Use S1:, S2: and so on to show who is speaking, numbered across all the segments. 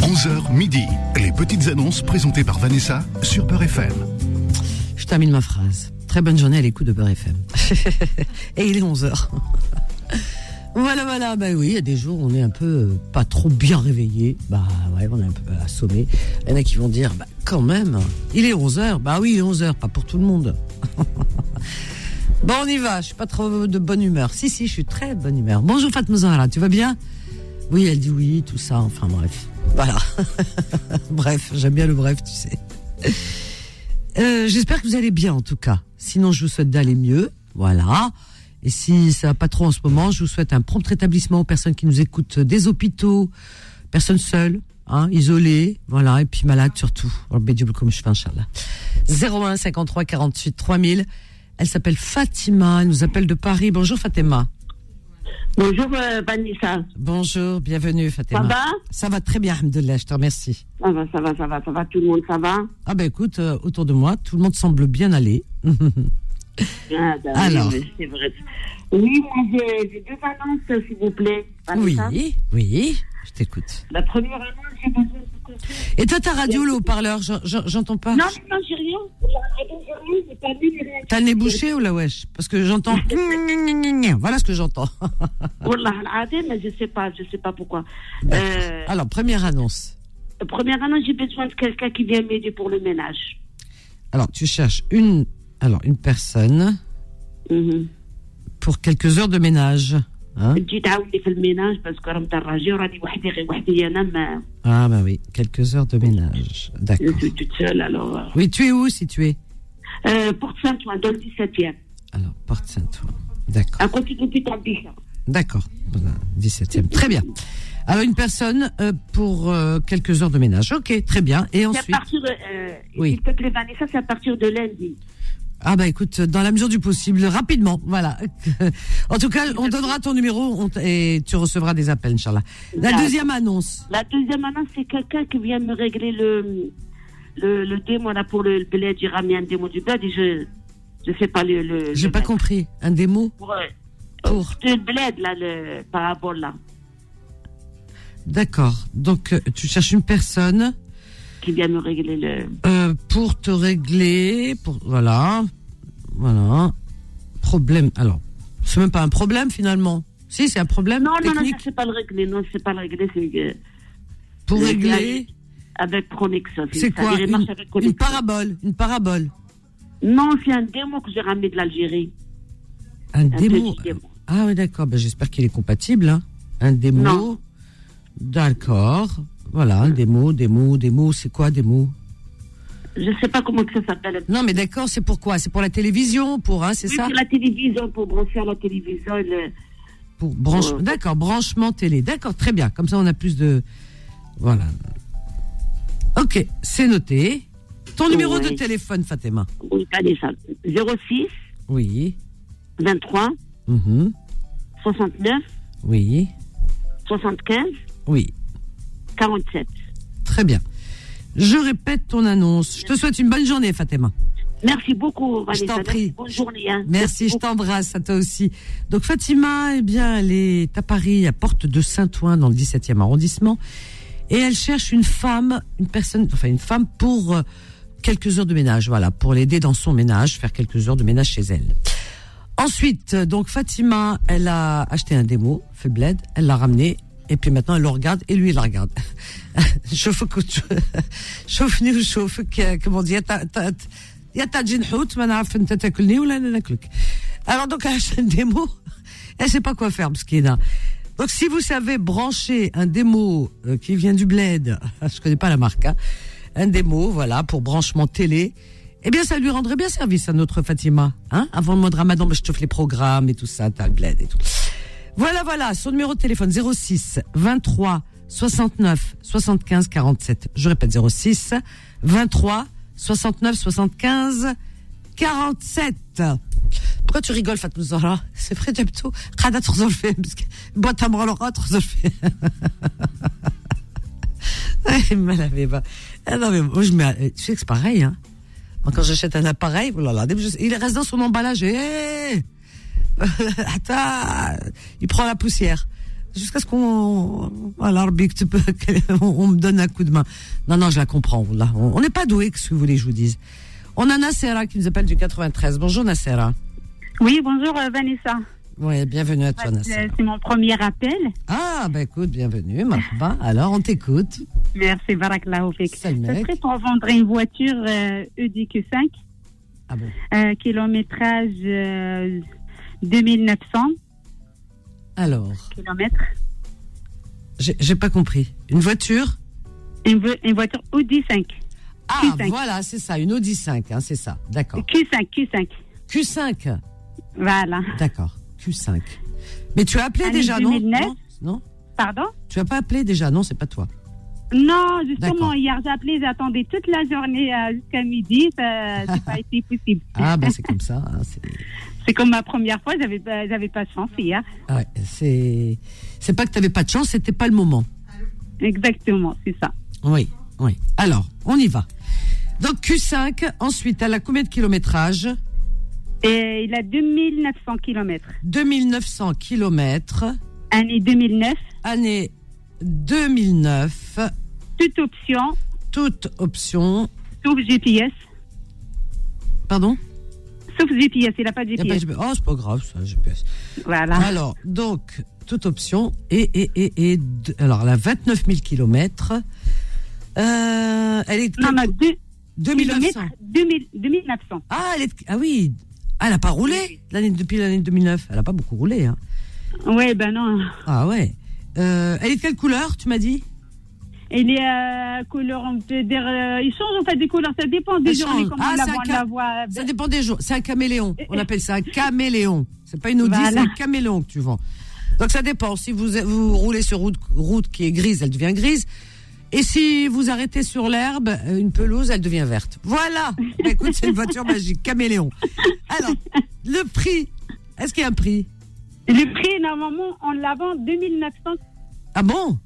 S1: 11h midi. Les petites annonces présentées par Vanessa sur Peur FM.
S2: Je termine ma phrase. Très bonne journée à l'écoute de Beurre FM. Et il est 11h. voilà, voilà. Ben oui, il y a des jours où on est un peu euh, pas trop bien réveillé. Bah ouais, on est un peu assommé. Il y en a qui vont dire, bah quand même, il est 11h. Bah oui, il est 11h, pas pour tout le monde. bon, on y va. Je suis pas trop de bonne humeur. Si, si, je suis très bonne humeur. Bonjour Fatma Zahra, tu vas bien Oui, elle dit oui, tout ça. Enfin bref. Voilà. bref, j'aime bien le bref, tu sais. Euh, j'espère que vous allez bien en tout cas. Sinon, je vous souhaite d'aller mieux. Voilà. Et si ça va pas trop en ce moment, je vous souhaite un prompt rétablissement aux personnes qui nous écoutent euh, des hôpitaux, personnes seules, hein, isolées, voilà, et puis malades surtout. Rabbi Dieu, comme je fais, Inch'Allah. 01 53 48 3000. Elle s'appelle Fatima, elle nous appelle de Paris. Bonjour Fatima.
S3: Bonjour euh, Vanessa.
S2: Bonjour, bienvenue Fatima.
S3: Ça va
S2: Ça va très bien, Alhamdoulilah, je te remercie.
S3: Ça va, ça va, ça va, ça va, tout le monde, ça va
S2: Ah ben écoute, euh, autour de moi, tout le monde semble bien aller.
S3: Ah, bah oui,
S2: Alors.
S3: mais c'est vrai. Oui, moi, j'ai j'ai deux annonces, s'il vous plaît.
S2: oui,
S3: Vanessa.
S2: oui, je t'écoute.
S3: La première annonce, j'ai besoin de
S2: Et toi, ta radio, le haut-parleur, j'en- j'en- j'entends pas.
S3: Non, non, j'ai rien. J'ai rien, j'ai rien, j'ai pas vu les réactions.
S2: T'as le nez bouché ou la wesh Parce que j'entends. voilà ce que j'entends.
S3: Wallah, al-adem, mais je sais pas, je sais pas pourquoi. Euh,
S2: Alors, première annonce.
S3: première annonce, j'ai besoin de quelqu'un qui vient m'aider pour le ménage.
S2: Alors, tu cherches une, alors, une personne
S3: Mhm.
S2: pour quelques heures de ménage. Hein
S3: تجي تعاوني في الميناج باسكو راه مدرجي وراني وحدي غير وحدي انا ما
S2: ah, bah oui, quelques heures de ménage. D'accord.
S3: je suis toute seule alors. euh.
S2: Oui, tu es où situé
S3: Euh, Porte Saint-Ouen, dans le 17e,
S2: Alors, Porte Saint-Ouen. D'accord.
S3: à côté de l'hôpital Bichat.
S2: D'accord. Voilà, 17e. Très bien. Alors, une personne euh, pour euh, quelques heures de ménage. Ok, très bien. Et
S3: C'est à
S2: ensuite.
S3: partir, de, euh,
S2: Oui.
S3: s'il te plaît, Vanessa, c'est à partir de lundi.
S2: Ah bah écoute, dans la mesure du possible, rapidement, voilà. en tout cas, on donnera ton numéro on t- et tu recevras des appels, Inch'Allah. La
S3: D'accord.
S2: deuxième annonce.
S3: La deuxième annonce, c'est quelqu'un qui vient me régler le, le, le démon là, pour le le bled. J'ai ramené un démon du bled et je je sais pas le. le
S2: J'ai
S3: le
S2: pas
S3: mettre.
S2: compris. Un démo
S3: Pour, euh,
S2: pour.
S3: le bled, là, le parabole, là,
S2: D'accord. Donc euh, tu cherches une personne
S3: qui vient me régler le.
S2: euh, pour te régler, pour voilà, voilà. Problème. Alors, c'est même pas un problème finalement. Si, c'est un problème
S3: Oh, Non, non, non,
S2: technique
S3: ça, c'est pas le régler. Non, c'est pas le régler. C'est euh,
S2: pour
S3: le
S2: régler.
S3: gars Avec connexion.
S2: C'est
S3: ça,
S2: quoi
S3: les
S2: une,
S3: marches avec
S2: une
S3: connexion.
S2: parabole, une parabole,
S3: Non, c'est un démon que j'ai ramené de l'Algérie.
S2: un
S3: Un
S2: démo.
S3: petit démon.
S2: Ah oui, d'accord. Ben, J'espère qu'il est compatible. hein. Un démo.
S3: Non.
S2: D'accord. Voilà, un démo, démo, démo. C'est quoi démo
S3: Je sais pas comment que ça s'appelle.
S2: Non, mais d'accord, c'est pourquoi C'est pour la télévision, pour, hein, c'est
S3: Oui,
S2: ça
S3: c'est la télévision, pour brancher à la télévision. le-
S2: Pour branche...
S3: Ouais.
S2: D'accord, branchement télé. D'accord, très bien. Comme ça, on a plus de. Voilà. Ok, c'est noté. Ton numéro
S3: Ouais.
S2: de téléphone, Fatima
S3: Oui, allez, ça. 06
S2: Oui.
S3: 23
S2: Mhm.
S3: 69
S2: Oui.
S3: 75
S2: Oui.
S3: 47.
S2: Très bien. Je répète ton annonce. Je te souhaite une bonne journée, Fatima.
S3: Merci beaucoup,
S2: Je
S3: Vanessa.
S2: t'en
S3: Merci,
S2: prie.
S3: Bonne journée. hein.
S2: Merci, je
S3: beaucoup.
S2: t'embrasse à toi aussi. Donc Fatima, eh bien, elle est à Paris, à Porte de Saint-Ouen, dans le 17e arrondissement, et elle cherche une femme, une personne, enfin une femme pour euh, quelques heures de ménage, voilà, pour l'aider dans son ménage, faire quelques heures de ménage chez elle. Ensuite, euh, donc Fatima, elle a acheté un démo, fait bled, elle l'a ramené, et puis maintenant elle le regarde, et lui il la regarde. شوفك شوفني وشوفك كومون دي يا تاجي نحوت ما نعرف انت تاكلني ولا انا ناكلك alors donc elle achète un démo elle sait pas quoi faire Mskina donc si vous savez brancher un démo euh, qui vient du bled je connais pas la marque hein, un démo voilà pour branchement télé eh bien ça lui rendrait bien service à notre Fatima hein avant le mois de Ramadan bah, je chauffe les programmes et tout ça t'as le bled et tout voilà, voilà, son numéro de téléphone 06 23 69 75 47. Je répète 06 23 69 75 47. Pourquoi tu rigoles, Fatmou Zahra C'est vrai, Jabto. Khada Tzolfem, parce que boîte à branlera Tzolfem. Eh, Malabeba. Ah Non, mais moi, je mets- tu sais que c'est pareil, hein. Moi, quand j'achète un appareil, oh là là, dès que je- il reste dans son emballage. Eh Attends, il prend la poussière. jusqu'à ce qu'on. Voilà, Rabbi, que tu peux- qu'on- on me donne un coup de main. Non, non, je la comprends. Là. On on n'est pas doué, qu'est-ce que vous voulez que je vous dise. On a Nassera qui nous appelle du 93. Bonjour Nassera.
S4: Oui, bonjour euh, Vanessa.
S2: Oui, bienvenue à toi,
S4: Euh,
S2: Nassera.
S4: C'est mon premier appel.
S2: Ah, bah écoute, bienvenue, Marba. Alors, on t'écoute.
S4: Merci, Barakallahu Fik.
S2: C'est le
S4: Ce
S2: mec.
S4: serait pour vendre une voiture euh, EDQ5,
S2: Ah bon
S4: euh, kilométrage euh, 2900
S2: Alors,
S4: kilomètres.
S2: j'ai j'ai pas compris. Une voiture
S4: Une, vo- une voiture Audi 5.
S2: Ah,
S4: Q5.
S2: voilà, c'est ça, une Audi 5, hein, c'est ça. D'accord.
S4: Q5, Q5.
S2: Q5,
S4: Voilà.
S2: d'accord. Q5. Mais tu as appelé
S4: Année
S2: déjà, non
S4: 2009.
S2: Non, non
S4: Pardon
S2: Tu as pas appelé déjà, non, c'est pas toi.
S4: Non,
S2: D'accord.
S4: justement, hier j'ai appelé, j'ai attendu toute la journée euh, jusqu'à midi, ça n'a pas été possible.
S2: Ah, ben c'est comme ça. hein, c'est-
S4: C'est comme ma première fois, j'avais pas, j'avais pas de chance hier.
S2: ah ouais, c'est c'est pas que tu avais pas de chance, c'était pas le moment.
S4: Exactement, c'est ça.
S2: Oui, oui. Alors, on y va. Donc Q5, ensuite, elle a combien de kilométrage
S4: Et il a 2900 kilomètres.
S2: 2900 kilomètres,
S4: Année 2009,
S2: année 2009,
S4: toute option,
S2: toute option.
S4: sauf GPS.
S2: Pardon
S4: Sauf GPS, il n'a pas de
S2: Y a pas
S4: GPS.
S2: de GPS. Oh, c'est pas grave, ça, GPS.
S4: Voilà.
S2: Alors, donc, toute option. Et, et, et, et de- alors, elle a 29 000 kilomètres. Euh, elle est.
S4: Non, non, 2
S2: 2900.
S4: kilomètres, 2000 2900.
S2: Ah, elle est, ah oui. Ah, elle n'a pas roulé l'année, depuis l'année 2009. Elle n'a pas beaucoup roulé. Hein.
S4: Ouais, ben non.
S2: Ah ouais. Euh, elle est de quelle couleur, tu m'as dit
S4: Il est euh, couleur, on peut dire, euh, il change en fait des couleurs, ça dépend des
S2: Il
S4: journées,
S2: change.
S4: comment
S2: Ah,
S4: on la
S2: c'est
S4: voit,
S2: un
S4: on la
S2: cas-
S4: voit. euh,
S2: Ça dépend des jours. C'est un caméléon. On appelle ça un caméléon. C'est pas une Audi,
S4: Voilà.
S2: c'est un caméléon que tu vends. Donc ça dépend. Si vous, vous roulez sur route, route qui est grise, elle devient grise. Et si vous arrêtez sur l'herbe, euh, une pelouse, elle devient verte. Voilà. Bah, écoute, c'est une voiture magique, caméléon. Alors, le prix. Est-ce qu'il y a un prix
S4: Le prix, normalement, on la vend 2900.
S2: Ah bon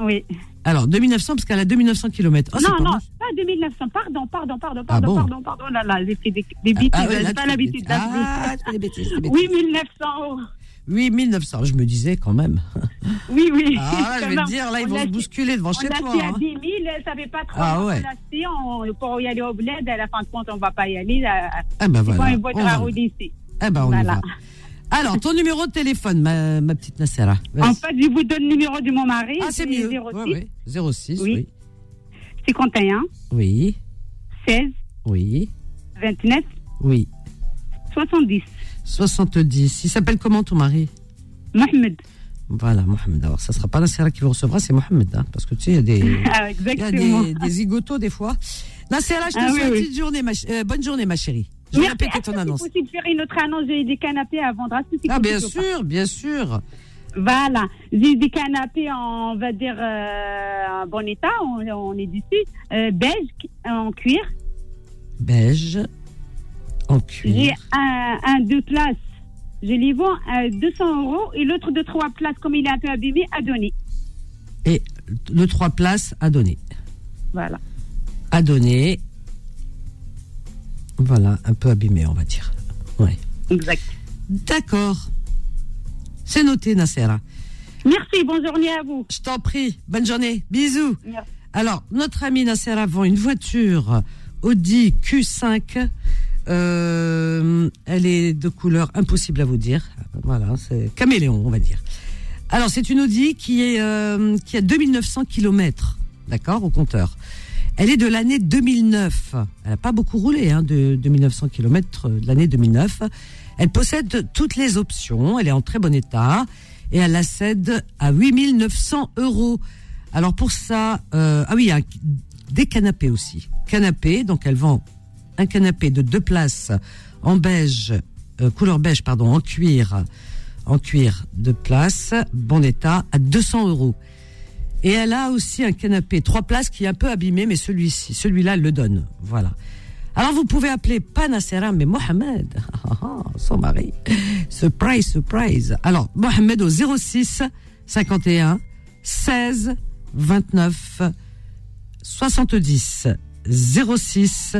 S4: Oui.
S2: Alors, 2900, parce qu'elle a 2900 km.
S4: non, non, pas 2900. Pardon, pardon, pardon, pardon,
S2: Ah bon
S4: pardon, pardon. Là, là, j'ai fait des, des bêtises, j'ai pas l'habitude d'appeler.
S2: Ah, c'est des bêtises. c'est des bêtises.
S4: Oui, 1900 euros.
S2: 8900, je me disais quand même.
S4: Oui, oui.
S2: Ah, je vais
S4: Non,
S2: te dire, là, ils
S4: on
S2: vont
S4: l'a-
S2: se bousculer devant
S4: On
S2: chez
S4: l'a
S2: toi.
S4: fait à
S2: hein.
S4: 10 000, ça fait pas trop.
S2: Ah
S4: longtemps
S2: ouais.
S4: qu'on l'a fait, on- Pour y aller au bled, à la fin de compte, on va pas y aller. là,
S2: Eh ben
S4: C'est
S2: voilà.
S4: pas une
S2: on
S4: voiture
S2: va-
S4: à rouler ici.
S2: Eh ben on y
S4: Voilà.
S2: va. Alors, ton numéro de téléphone, ma, ma petite Nassera. Vas-y.
S4: En fait, je vous donne le numéro de mon mari.
S2: ah, c'est mieux.
S4: 06
S2: Ouais, ouais. 06, oui.
S4: Oui. 51
S2: Oui,
S4: 16
S2: oui,
S4: 29
S2: oui.
S4: 70.
S2: 70. Il s'appelle comment ton mari
S4: Mohamed.
S2: Voilà, Mohamed. Alors, ça sera pas Nassera qui vous recevra, c'est Mohamed. hein, parce que tu sais, il y a des, il
S4: Ah,
S2: y a
S4: exactement.
S2: des, des zigotos des fois. Nassera, je te
S4: Ah oui,
S2: souhaite
S4: oui.
S2: une petite journée, ma ch- euh, bonne journée, ma chérie. Je vais
S4: Merci.
S2: répéter
S4: Est-ce
S2: ton
S4: que
S2: annonce.
S4: C'est possible de faire une autre annonce. J'ai des canapés à vendre. Est-ce que c'est
S2: Ah, bien
S4: possible ou pas
S2: sûr, bien sûr.
S4: Voilà. J'ai des canapés, en, on va dire, euh, en bon état. On, on est d'ici. Euh, beige, en cuir.
S2: Beige, en
S4: J'ai
S2: cuir.
S4: un, un deux places. Je les vends à 200 euros et l'autre de trois places, comme il est un peu abîmé, à donner.
S2: Et le 3 places à donner.
S4: Voilà.
S2: à donner. Voilà, un peu abîmé, on va dire. Ouais.
S4: Exact.
S2: D'accord. C'est noté, Nassera.
S4: Merci, bonne journée à vous.
S2: Je t'en prie. Bonne journée. Bisous.
S4: Merci.
S2: Alors, notre ami Nassera vend une voiture Audi Q5. Euh, elle est de couleur impossible à vous dire. Voilà, c'est caméléon, on va dire. Alors, c'est une Audi qui, est, euh, qui a 2900 km, d'accord, au compteur. Elle est de l'année 2009. Elle n'a pas beaucoup roulé, hein, de 2900 km euh, de l'année 2009. Elle possède toutes les options, elle est en très bon état et elle la cède à 8900 euros. Alors pour ça, euh, ah oui, il y a un- des canapés aussi. Canapé, donc elle vend un canapé de deux places en beige, euh, couleur beige, pardon, en cuir, en cuir de place, bon état, à 200 euros. Et elle a aussi un canapé trois places qui est un peu abîmé, mais celui-ci, celui-là, elle le donne. Voilà. Alors vous pouvez appeler pas Nassera, mais Mohamed, Ah, ah, son mari. Surprise, surprise. Alors Mohamed au 06 51 16 29 70 06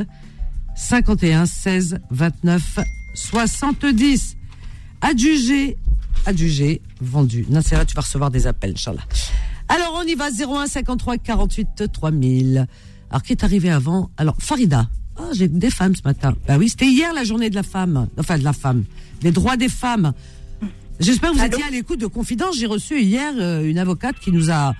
S2: 51 16 29 70. Adjugé adjugé, vendu. Nassera, tu vas recevoir des appels, Inch'Allah. Alors, on y va, 01 53 48 3000. Alors, qui est arrivé avant Alors, Farida. Ah, j'ai des femmes ce matin. Bah oui, c'était hier la journée de la femme. Enfin, de la femme. Des droits des femmes. J'espère que vous étiez à l'écoute de Confidence. J'ai reçu hier euh, une avocate qui nous a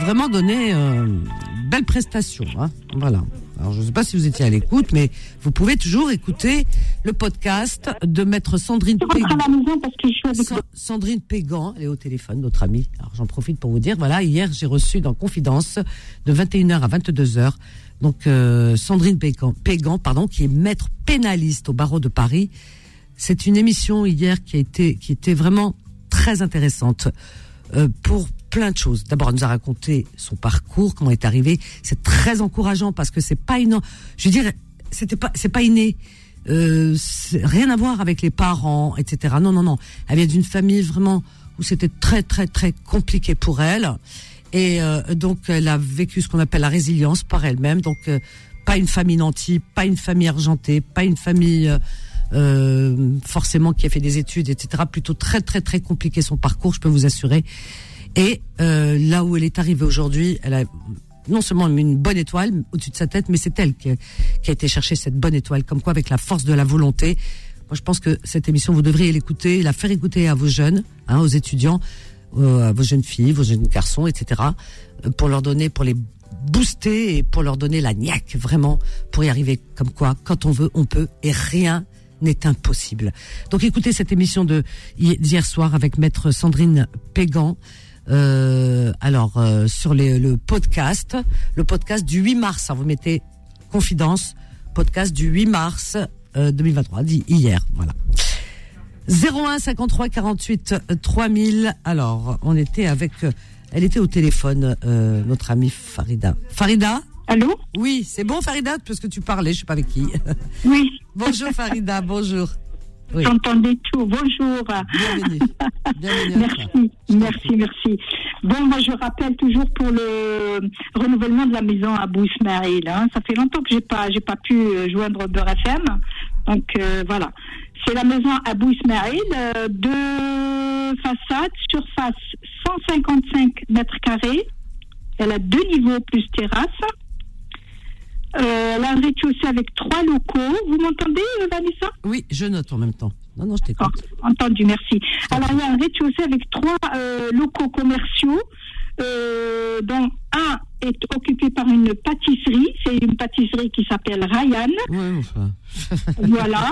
S2: vraiment donné euh, une belle prestation. hein. Voilà. Alors, je ne sais pas si vous étiez à l'écoute, mais vous pouvez toujours écouter le podcast de Maître Sandrine
S5: Je rentre
S2: Pégoud.
S5: à la maison parce que je suis avec
S2: Sa- Sandrine Pégan, elle est au téléphone, notre amie. Alors j'en profite pour vous dire, voilà, hier j'ai reçu dans Confidence de 21h à 22h, donc euh, Sandrine Pégan, Pégan, pardon, qui est maître pénaliste au barreau de Paris. C'est une émission hier qui a été, qui était vraiment très intéressante euh, pour plein de choses. D'abord, elle nous a raconté son parcours, comment elle est arrivée. C'est très encourageant parce que c'est pas une, je veux dire, c'était pas, c'est pas inné. Euh, c'est rien à voir avec les parents, etc. Non, non, non. Elle vient d'une famille vraiment où c'était très, très, très compliqué pour elle. Et euh, donc, elle a vécu ce qu'on appelle la résilience par elle-même. Donc, euh, pas une famille nantie, pas une famille argentée, pas une famille euh, euh, forcément qui a fait des études, etc. Plutôt très, très, très compliqué son parcours, je peux vous assurer. Et euh, là où elle est arrivée aujourd'hui, elle a non seulement une bonne étoile au-dessus de sa tête, mais c'est elle qui a, qui a été chercher cette bonne étoile. Comme quoi, avec la force de la volonté, moi je pense que cette émission, vous devriez l'écouter, la faire écouter à vos jeunes, hein, aux étudiants, euh, à vos jeunes filles, vos jeunes garçons, etc., euh, pour leur donner, pour les booster et pour leur donner la niaque, vraiment, pour y arriver. Comme quoi, quand on veut, on peut, et rien n'est impossible. Donc écoutez cette émission de hi- d'hier soir avec maître Sandrine Pégan. Euh, alors euh, sur les- le podcast, le podcast du 8 mars, hein, vous mettez confidence, podcast du 8 mars euh, 2023, dit hier, voilà. 01 53 48 3000. Alors, on était avec euh, elle était au téléphone euh, notre amie Farida. Farida
S5: Allô
S2: Oui, c'est bon Farida parce que tu parlais, je sais pas avec qui.
S5: Oui,
S2: bonjour Farida, bonjour. Oui,
S5: j'entendais tout. Bonjour.
S2: bienvenue. Bienvenue à toi.
S5: Merci, merci, merci. Bon, moi, je rappelle toujours pour le renouvellement de la maison à Bou Ismail. hein. Ça fait longtemps que j'ai pas, j'ai pas pu euh, joindre Beurre FM. Donc euh, voilà, c'est la maison à Bou Ismail, euh, deux façades, surface 155 mètres carrés. Elle a deux niveaux plus terrasse. Euh, elle a un rez-de-chaussée avec trois locaux. Vous m'entendez, euh, Vanessa
S2: Oui, je note en même temps. Non, non, je t'écoute.
S5: D'accord, entendu, merci. Alors, il y a un rez-de-chaussée avec trois euh, locaux commerciaux, euh, dont un est occupé par une pâtisserie. C'est une pâtisserie qui s'appelle Ryan.
S2: Ouais, enfin.
S5: voilà.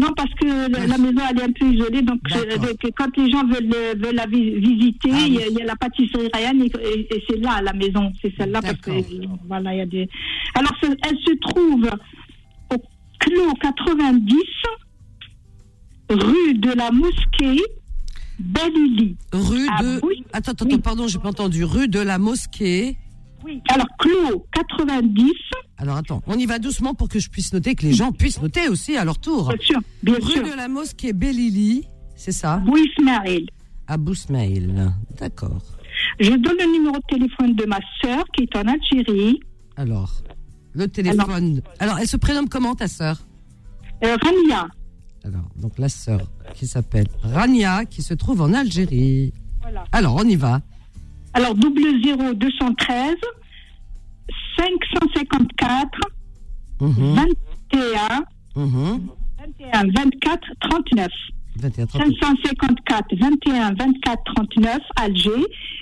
S5: Non, parce que la- la maison, elle est un peu isolée. Donc,
S2: D'accord.
S5: euh, donc, quand les gens veulent, euh, veulent la vi- visiter,
S2: Ah oui.
S5: il y a- il y, a la pâtisserie Ryan et, et- et c'est là, la maison. C'est celle-là parce que,
S2: D'accord.
S5: euh, voilà, il y a des. Alors, ça- elle se trouve au clos 90, rue de la Mosquée, Belle-Île.
S2: Rue
S5: Ah,
S2: de.
S5: oui.
S2: Attends, attends,
S5: Oui.
S2: pardon, j'ai pas entendu. Rue de la Mosquée.
S5: Oui. Alors, clos 90,
S2: Alors attends, on y va doucement pour que je puisse noter, que les gens puissent noter aussi à leur tour.
S5: bien sûr, bien
S2: Rue
S5: sûr.
S2: de la Mosquée Bellili, c'est ça
S5: Bou Ismaël.
S2: À Bousmail. D'accord.
S5: Je donne le numéro de téléphone de ma sœur qui est en Algérie.
S2: Alors, le téléphone. Alors, elle se prénomme comment ta sœur
S5: Euh, Rania.
S2: Alors, donc la sœur qui s'appelle Rania, qui se trouve en Algérie.
S5: Voilà.
S2: Alors, on y va.
S5: Alors, double 0 213 554
S2: Mhm,
S5: 21
S2: mhm.
S5: 21 24 39
S2: 21, 30.
S5: 554 21 24 39 Alger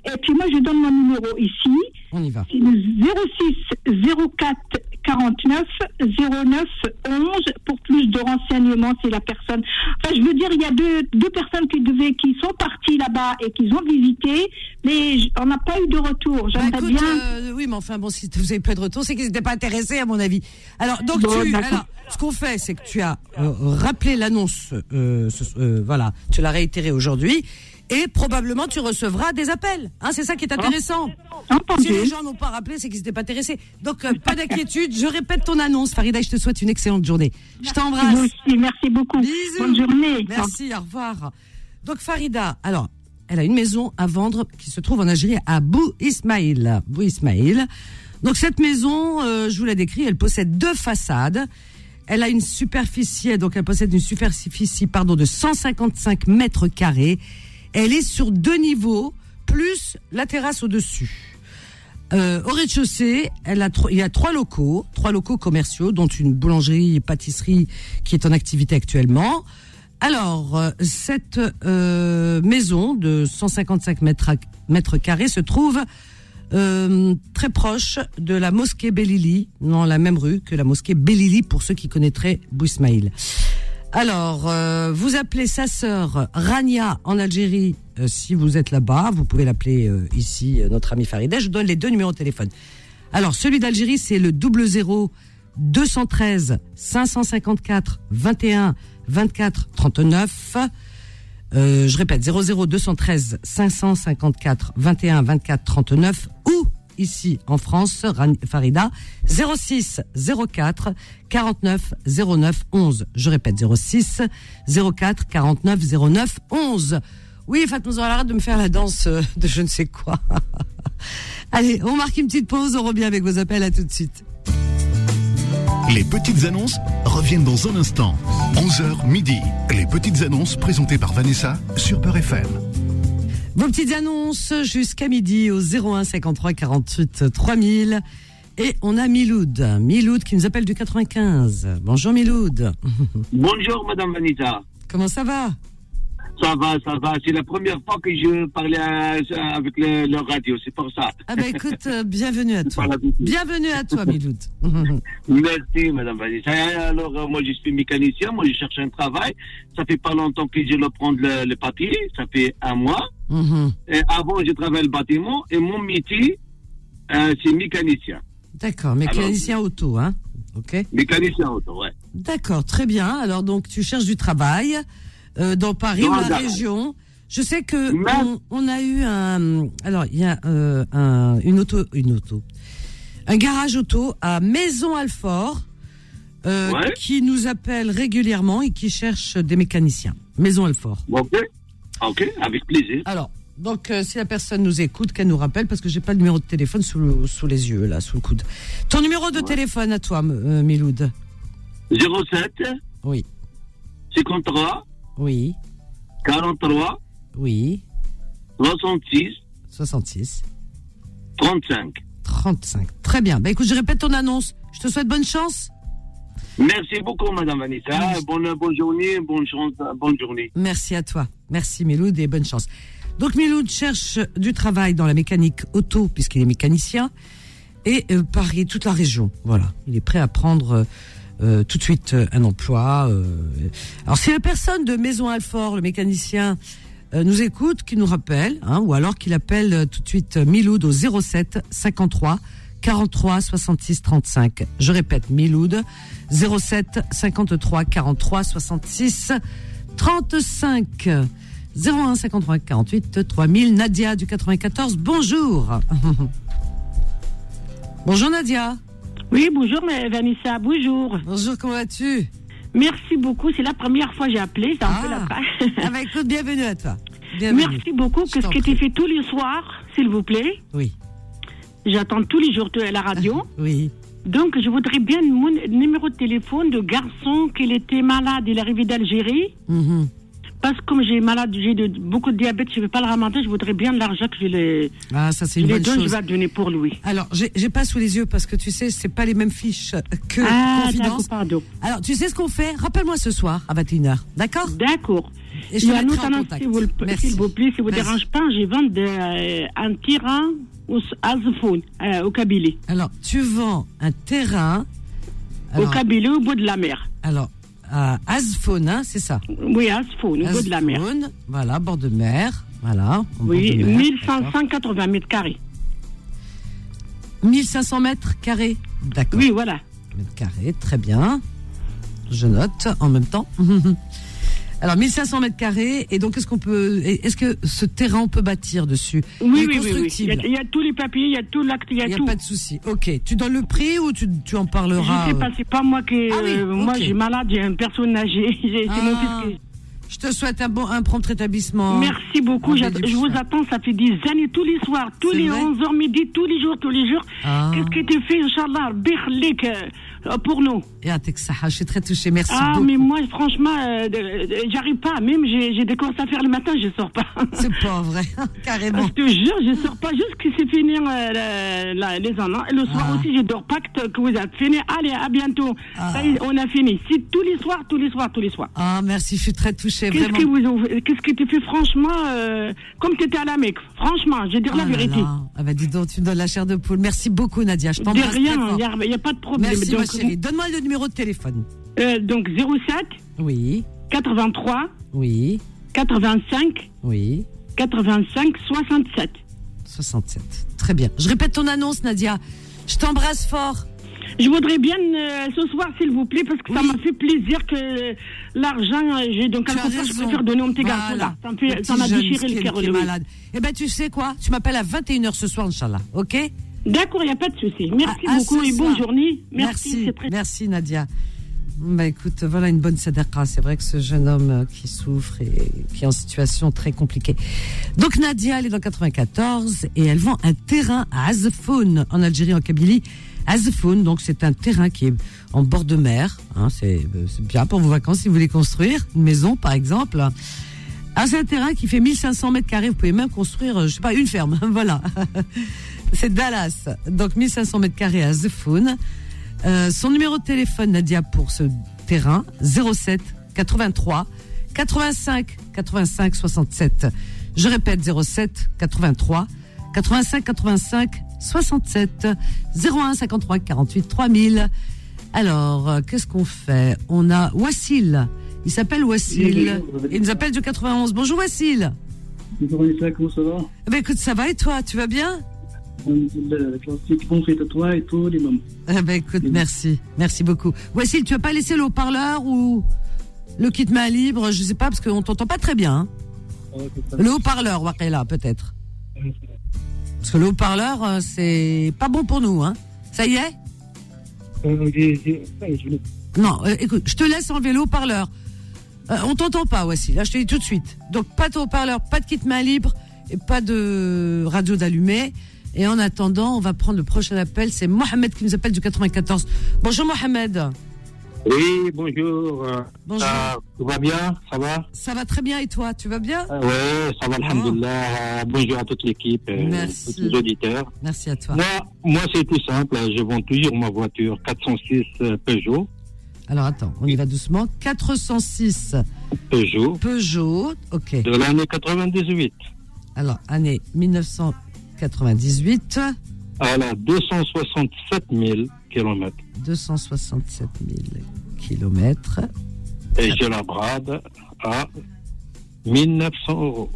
S5: et puis moi je donne mon numéro ici
S2: on y va.
S5: c'est le 06 04 49 09 11 pour plus de renseignements si la personne enfin je veux dire il y a deux, deux personnes qui devaient qui sont parties là-bas et qui ont visité mais j- on n'a pas eu de retour
S2: Bah,
S5: j'aimerais
S2: écoute,
S5: bien
S2: euh, oui, mais enfin, bon, si vous n'avez pas de retour, c'est qu'ils n'étaient pas intéressés, à mon avis. Alors, donc,
S5: Bon,
S2: tu,
S5: d'accord.
S2: alors, ce qu'on fait, c'est que tu as euh, rappelé l'annonce, euh, ce- euh, voilà, tu l'as réitéré aujourd'hui, et probablement tu recevras des appels. Hein, c'est ça qui est intéressant.
S5: Ah. entendu
S2: Si les gens n'ont pas rappelé, c'est qu'ils n'étaient pas intéressés. Donc, euh, pas d'inquiétude, je répète ton annonce, Farida, et je te souhaite une excellente journée. Je t'embrasse.
S5: Vous aussi, merci beaucoup.
S2: Bisous.
S5: Bonne journée.
S2: Merci, au revoir. Donc Farida, alors, elle a une maison à vendre qui se trouve en Algérie à Bou Ismail. Bou Ismail. Donc cette maison, euh, je vous la décris, elle possède deux façades. Elle a une superficie, donc elle possède une superficie, pardon, de 155 mètres carrés Elle est sur deux niveaux, plus la terrasse au-dessus. Euh, au rez-de-chaussée, elle a tro- il y a trois locaux, trois locaux commerciaux, dont une boulangerie et pâtisserie qui est en activité actuellement. Alors, euh, cette euh, maison de 155 mètres, à- mètres carrés se trouve euh, très proche de la mosquée Belili, dans la même rue que la mosquée Belili pour ceux qui connaîtraient Bouismaïl. Alors, euh, vous appelez sa sœur Rania en Algérie euh, si vous êtes là-bas. Vous pouvez l'appeler euh, ici, euh, notre ami Farida. Je donne les deux numéros de téléphone. Alors, celui d'Algérie, c'est le 00 213 554 21 24 39. Euh, je répète, 00 213 554 21 24 39 ou ici en France, Ran- Farida, 06 04 49 09 11. Je répète, 06 04 49 09 11. Oui, Fatma Zahra, arrête de me faire la danse euh, de je ne sais quoi. Allez, on marque une petite pause, on revient avec vos appels, à tout de suite.
S1: Les petites annonces reviennent dans un instant. 11h midi. Les petites annonces présentées par Vanessa sur Peur FM.
S2: Vos petites annonces jusqu'à midi au 01 53 48 3000. Et on a Miloud. Miloud qui nous appelle du 95. Bonjour Miloud.
S6: Bonjour Madame Vanessa.
S2: Comment ça va
S6: Ça va, ça va. C'est la première fois que je parlais à- avec le, le radio, c'est pour ça.
S2: Ah bah écoute, euh, bienvenue à toi.
S6: Voilà, beaucoup.
S2: Bienvenue à toi Miloud.
S6: Merci Madame Vanessa. Et Alors euh, moi je suis mécanicien, moi je cherche un travail. Ça fait pas longtemps que je le prends le, le papier, ça fait un mois.
S2: Mhm.
S6: Et avant je travaillais le bâtiment et mon métier euh, c'est mécanicien.
S2: D'accord, mécanicien auto, hein Ok.
S6: Mécanicien auto, ouais.
S2: D'accord, très bien. Alors donc tu cherches du travail euh, dans Paris
S6: Dans
S2: ou
S6: le
S2: la
S6: Var.
S2: région. Je sais que
S6: Non.
S2: on, on a eu un. Alors il y a euh, un- une auto, une auto, un garage auto à Maison Alfort euh,
S6: Ouais.
S2: qui nous appelle régulièrement et qui cherche des mécaniciens. Maison Alfort.
S6: Ok, ok, avec plaisir.
S2: Alors donc euh, si la personne nous écoute, qu'elle nous rappelle parce que j'ai pas le numéro de téléphone sous, le- sous les yeux là, sous le coude. Ton numéro de téléphone à toi, M- euh, Miloud.
S6: 07
S2: Oui,
S6: 53
S2: oui,
S6: 43
S2: oui.
S6: 66
S2: 66.
S6: 35.
S2: 35. Très bien. Bah écoute, je répète ton annonce. Je te souhaite bonne chance.
S6: Merci beaucoup, Madame Vanessa. Bonne, bonne journée, bonne chance, bonne journée.
S2: Merci à toi. Merci Miloud et bonne chance. Donc Miloud cherche du travail dans la mécanique auto puisqu'il est mécanicien et euh, Paris, toute la région. Voilà. Il est prêt à prendre euh, euh, tout de suite euh, un emploi. euh. Alors si la personne de Maison Alfort, le mécanicien, euh, nous écoute, qu'il nous rappelle, hein, ou alors qu'il appelle euh, tout de suite euh, Miloud au 07 53 43 66 35. Je répète, Miloud 07 53 43 66 35 01 53 48 3000 Nadia du 94 bonjour Bonjour Nadia
S7: Oui, bonjour mais Vanessa, bonjour.
S2: Bonjour comment vas-tu
S7: Merci beaucoup, c'est la première fois que j'ai appelé, c'est un
S2: Ah.
S7: peu la
S2: Ah
S7: page.
S2: bah écoute bienvenue à toi Bienvenue
S7: Merci beaucoup,
S2: Je
S7: qu'est-ce
S2: t'en
S7: que tu
S2: prie.
S7: fais tous les soirs, s'il vous plaît
S2: Oui
S7: J'attends tous les jours à la radio.
S2: Oui
S7: Donc je voudrais bien mon numéro de téléphone de garçon qu'il était malade, il est arrivé d'Algérie.
S2: Mhm.
S7: Parce que comme j'ai malade, j'ai de- beaucoup de diabète, je ne vais pas le ramadan, je voudrais bien de l'argent que je les,
S2: Ah ça c'est
S7: je
S2: une
S7: les
S2: bonne
S7: donne, je
S2: chose
S7: vais donner pour lui.
S2: Alors j'ai j'ai pas sous les yeux parce que tu sais c'est pas les mêmes fiches que
S7: Ah, d'accord,
S2: Confidence
S7: pardon.
S2: Alors tu sais ce qu'on fait Rappelle-moi ce soir à 21h d'accord
S7: D'accord.
S2: Et je
S7: Il y
S2: te
S7: a un
S2: mettrai
S7: autre
S2: en
S7: annonce,
S2: contact.
S7: s'il vous,
S2: Merci
S7: s'il vous plaît, si vous ne
S2: Merci.
S7: dérange pas, je vends de, euh, un terrain au Azfoun, euh, au Kabylie.
S2: Alors tu vends un terrain
S7: au
S2: alors,
S7: Kabylie, au bout de la mer.
S2: alors à Asphone hein, c'est ça
S7: Oui, Azfoun, au bout de la mer.
S2: Asphone, Voilà, bord de mer. Voilà. en
S7: Oui,
S2: bord de mer, d'accord.
S7: 1580 mètres carrés.
S2: 1500 mètres carrés. D'accord.
S7: Oui, voilà.
S2: Mètres carrés, très bien. Je note en même temps. Alors 1500 mètres carrés. Et donc, est-ce qu'on peut, et est-ce que ce terrain on peut bâtir dessus Il
S7: Oui,
S2: est
S7: oui, oui, oui. Il y,
S2: constructible.
S7: a, il y a tous les papiers, il y a tout l'acte, il y a,
S2: Il n'y a
S7: tout.
S2: pas de souci. Ok. Tu donnes le prix ou tu, tu en parleras
S7: je sais
S2: euh,
S7: pas, c'est pas moi qui.
S2: Ah oui,
S7: euh, Moi,
S2: ok.
S7: j'ai malade, j'ai un personnage, j'ai- j'ai- c'est mon
S2: Ah.
S7: fils qui.
S2: Je te souhaite un, bon, un prompt rétablissement.
S7: Merci beaucoup.
S2: Rabbi
S7: j'att-
S2: Diouf.
S7: Je vous attends, ça fait 10 années, tous les soirs, tous
S2: C'est
S7: les
S2: vrai
S7: 11h midi, tous les jours, tous les jours.
S2: Ah.
S7: Qu'est-ce que tu fais, Inch'Allah, Rabbi khalik, euh, pour nous
S2: Et à Texaha, je suis très touchée. Merci
S7: Ah,
S2: beaucoup.
S7: mais moi, franchement, euh, euh, j'arrive pas. Même j'ai j'ai des courses à faire le matin, je sors pas.
S2: C'est pas vrai, carrément.
S7: Je te jure, je sors pas jusqu'à c'est fini euh, la- la- les annonces. Et Le soir
S2: Ah.
S7: aussi, je dors pas que, que vous avez fini. Allez, à bientôt.
S2: Ah.
S7: Ça y est, on a fini. Si, tous les soirs, tous les soirs, tous les soirs.
S2: Ah, merci, je suis très touchée,
S7: Qu'est-ce
S2: vraiment.
S7: que vous avez- qu'est-ce que tu fais franchement euh, comme tu étais à la Mecque franchement je vais dire
S2: Ah
S7: la
S2: là
S7: vérité
S2: là. Ah bah dis donc, tu me donnes la chair de poule. Merci beaucoup, Nadia. Je
S7: de
S2: t'embrasse très
S7: rien
S2: fort.
S7: il n'y a, pas de problème
S2: Merci, ma
S7: donc,
S2: chérie. Donne-moi le numéro de téléphone.
S7: euh, donc 07
S2: Oui,
S7: 83
S2: oui,
S7: 85
S2: oui.
S7: 85 67
S2: 67. Très bien. Je répète ton annonce, Nadia. Je t'embrasse fort.
S7: je voudrais bien euh, ce soir s'il vous plaît parce que ça
S2: Oui.
S7: m'a fait plaisir que l'argent euh, j'ai donc
S2: Tu as
S7: quelque part je
S2: raison.
S7: préfère donner au petit garçon
S2: Voilà.
S7: là ça me
S2: Le
S7: fait-
S2: petit
S7: ça m'a
S2: jeune
S7: déchiré
S2: qui est-
S7: le cœur
S2: qui est
S7: le oui.
S2: malade. Eh ben, tu sais quoi Tu m'appelles à 21h ce soir, Inch'Allah. OK
S7: Eh, d'accord il n'y a pas de souci merci
S2: À- à
S7: beaucoup
S2: ce
S7: et bonne
S2: soir.
S7: journée merci.
S2: Merci,
S7: c'est très
S2: merci, Nadia. Bah écoute, voilà une bonne sadaqa. C'est vrai que ce jeune homme euh, qui souffre et qui est en situation très compliquée. Donc Nadia, elle est dans 94 et elle vend un terrain à Azfoun en Algérie, en Kabylie. Azfoun, donc c'est un terrain qui est en bord de mer. hein, c'est euh, c'est bien pour vos vacances si vous voulez construire une maison, par exemple. Ah, c'est un terrain qui fait 1500 mètres carrés. Vous pouvez même construire, euh, je sais pas, une ferme. voilà. c'est Dallas. Donc 1500 mètres carrés à Zefoun. Euh, son numéro de téléphone, Nadia, pour ce terrain, 07 83 85 85 67. Je répète, 07 83 85 85 67 01 53 48 3000. Alors, euh, qu'est-ce qu'on fait On a Wassil. Il s'appelle Wassil. Il nous appelle du 91. Bonjour Wassil.
S8: Bonjour Anissa, comment ça va
S2: Eh ben, écoute, ça va et toi Tu vas bien
S8: Alhamdulillah, avec la suite, bonne fête à toi et tous les mamans.
S2: Eh ben, écoute, merci. Merci beaucoup. Wassil, tu vas pas laisser le haut-parleur ou le kit main libre Je sais pas, parce qu'on t'entend pas très bien. hein. Le haut-parleur, Waqila, peut-être. Parce que le haut-parleur, euh, c'est pas bon pour nous. Hein. Ça y est
S8: Euh, j'ai- j'ai- ouais, je voulais-
S2: Non, euh, écoute, je te laisse enlever le haut-parleur. Euh, on t'entend pas, Wassil, là, je te dis tout de suite. Donc, pas de haut-parleur, pas de kit main libre, et pas de radio d'allumé. Et en attendant, on va prendre le prochain appel. C'est Mohamed qui nous appelle du 94. Bonjour, Mohamed.
S9: Oui, bonjour. euh,
S2: Bonjour.
S9: Ça, tout va bien Ça va
S2: Ça va très bien, et toi Tu vas bien
S9: Ah Oui, ça va, alhamdoulilah. Euh, Bonjour à toute l'équipe, euh,
S2: Ah. Merci.
S9: tous les auditeurs.
S2: Merci à toi.
S9: Moi, moi c'est tout simple. hein. Je vends toujours ma voiture 406 euh, Peugeot.
S2: Alors, attends, on y va doucement. 406
S9: Peugeot
S2: Peugeot. OK.
S9: de l'année 98.
S2: Alors, année 1998,
S9: Voilà, 267 000 kilomètres.
S2: 267 000 kilomètres.
S9: Et je la brade à 1900 euros.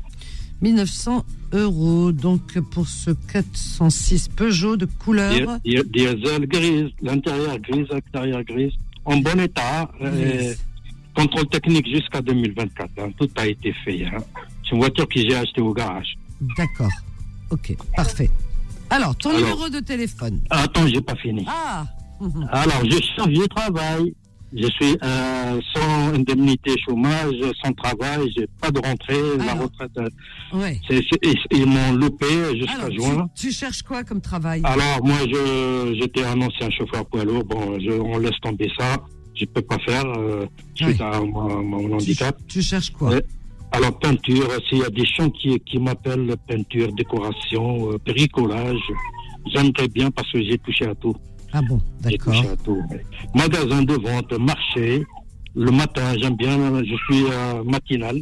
S2: 1900 euros, donc, pour ce 406 Peugeot de couleur.
S9: Di- di- Diesel grise, l'intérieur grise, l'extérieur grise. En bon état. euh,
S2: Yes.
S9: contrôle technique jusqu'à 2024. hein. Tout a été fait. hein. C'est une voiture que j'ai achetée au garage.
S2: D'accord. OK, parfait. Alors, ton
S9: Alors.
S2: numéro de téléphone.
S9: Attends, j'ai pas fini.
S2: Ah
S9: Alors, je cherche du travail. Je suis euh, sans indemnité chômage, sans travail, j'ai pas de rentrée. La
S2: Alors.
S9: retraite, euh,
S2: Ouais.
S9: c'est- c'est- ils, ils m'ont loupé jusqu'à
S2: Alors,
S9: juin.
S2: tu, tu cherches quoi comme travail
S9: Alors, moi, je j'étais un ancien chauffeur poids lourd. Bon, je, on laisse tomber ça. Je peux pas faire euh, suite
S2: Ouais.
S9: à mon, mon
S2: tu,
S9: handicap.
S2: tu cherches quoi
S9: Ouais. Alors, peinture, s'il y a des chantiers qui m'appellent peinture, décoration, euh, bricolage, j'aimerais bien parce que j'ai touché à tout.
S2: Ah bon,
S9: J'ai
S2: d'accord.
S9: touché à tout. ouais. Magasin de vente, marché, le matin, j'aime bien, euh, je suis euh, matinal,